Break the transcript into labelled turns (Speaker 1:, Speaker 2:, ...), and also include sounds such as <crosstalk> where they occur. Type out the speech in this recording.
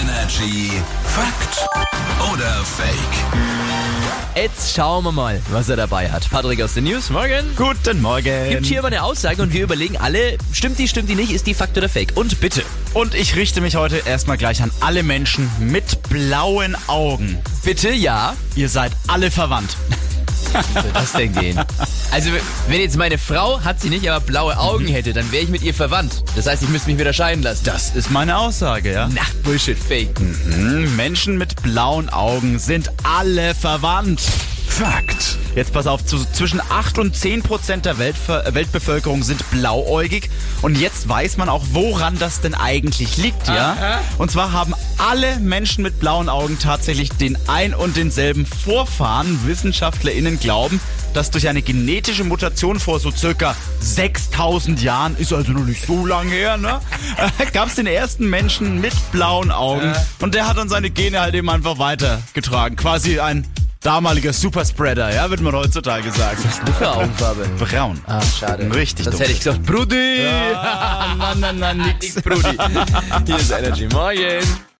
Speaker 1: Energy Fakt oder Fake?
Speaker 2: Jetzt schauen wir mal, was er dabei hat. Patrick aus den News, morgen.
Speaker 3: Guten Morgen.
Speaker 2: Gibt hier immer eine Aussage und wir überlegen alle, stimmt die, stimmt die nicht, ist die Fakt oder Fake? Und bitte,
Speaker 3: Und ich richte mich heute erstmal gleich an alle Menschen mit blauen Augen.
Speaker 2: bitte ja.
Speaker 3: Ihr seid alle verwandt.
Speaker 2: Soll das denn gehen? Also, wenn jetzt meine Frau, hat sie nicht, aber blaue Augen
Speaker 3: Mhm.
Speaker 2: hätte, dann wäre ich mit ihr verwandt. Das heißt, ich müsste mich wieder scheiden lassen.
Speaker 3: Das ist meine Aussage, ja?
Speaker 2: Na, Bullshit, Fake.
Speaker 3: Hm, Menschen mit blauen Augen sind alle verwandt.
Speaker 1: Fakt.
Speaker 3: Jetzt pass auf, zu, zwischen 8 und 10 Prozent der Weltver äh, Weltbevölkerung sind blauäugig. Und jetzt weiß man auch, woran das denn eigentlich liegt, ja? Und zwar haben alle Menschen mit blauen Augen tatsächlich den ein und denselben Vorfahren. WissenschaftlerInnen glauben, dass durch eine genetische Mutation vor so circa 6000 Jahren, ist also noch nicht so lange her, ne? <laughs> Gab es den ersten Menschen mit blauen Augen. Und der hat dann seine Gene halt eben einfach weitergetragen. Quasi ein damaliger Superspreader, ja, wird man heutzutage sagen.
Speaker 2: Für Augenfarbe.
Speaker 3: Braun.
Speaker 2: Ah, schade.
Speaker 3: Richtig
Speaker 2: Sonst
Speaker 3: dumm.
Speaker 2: hätte ich gesagt, Brudi.
Speaker 3: Ah, na, na, na, nix.
Speaker 2: Brudi. Hier ist Energy. Morgen.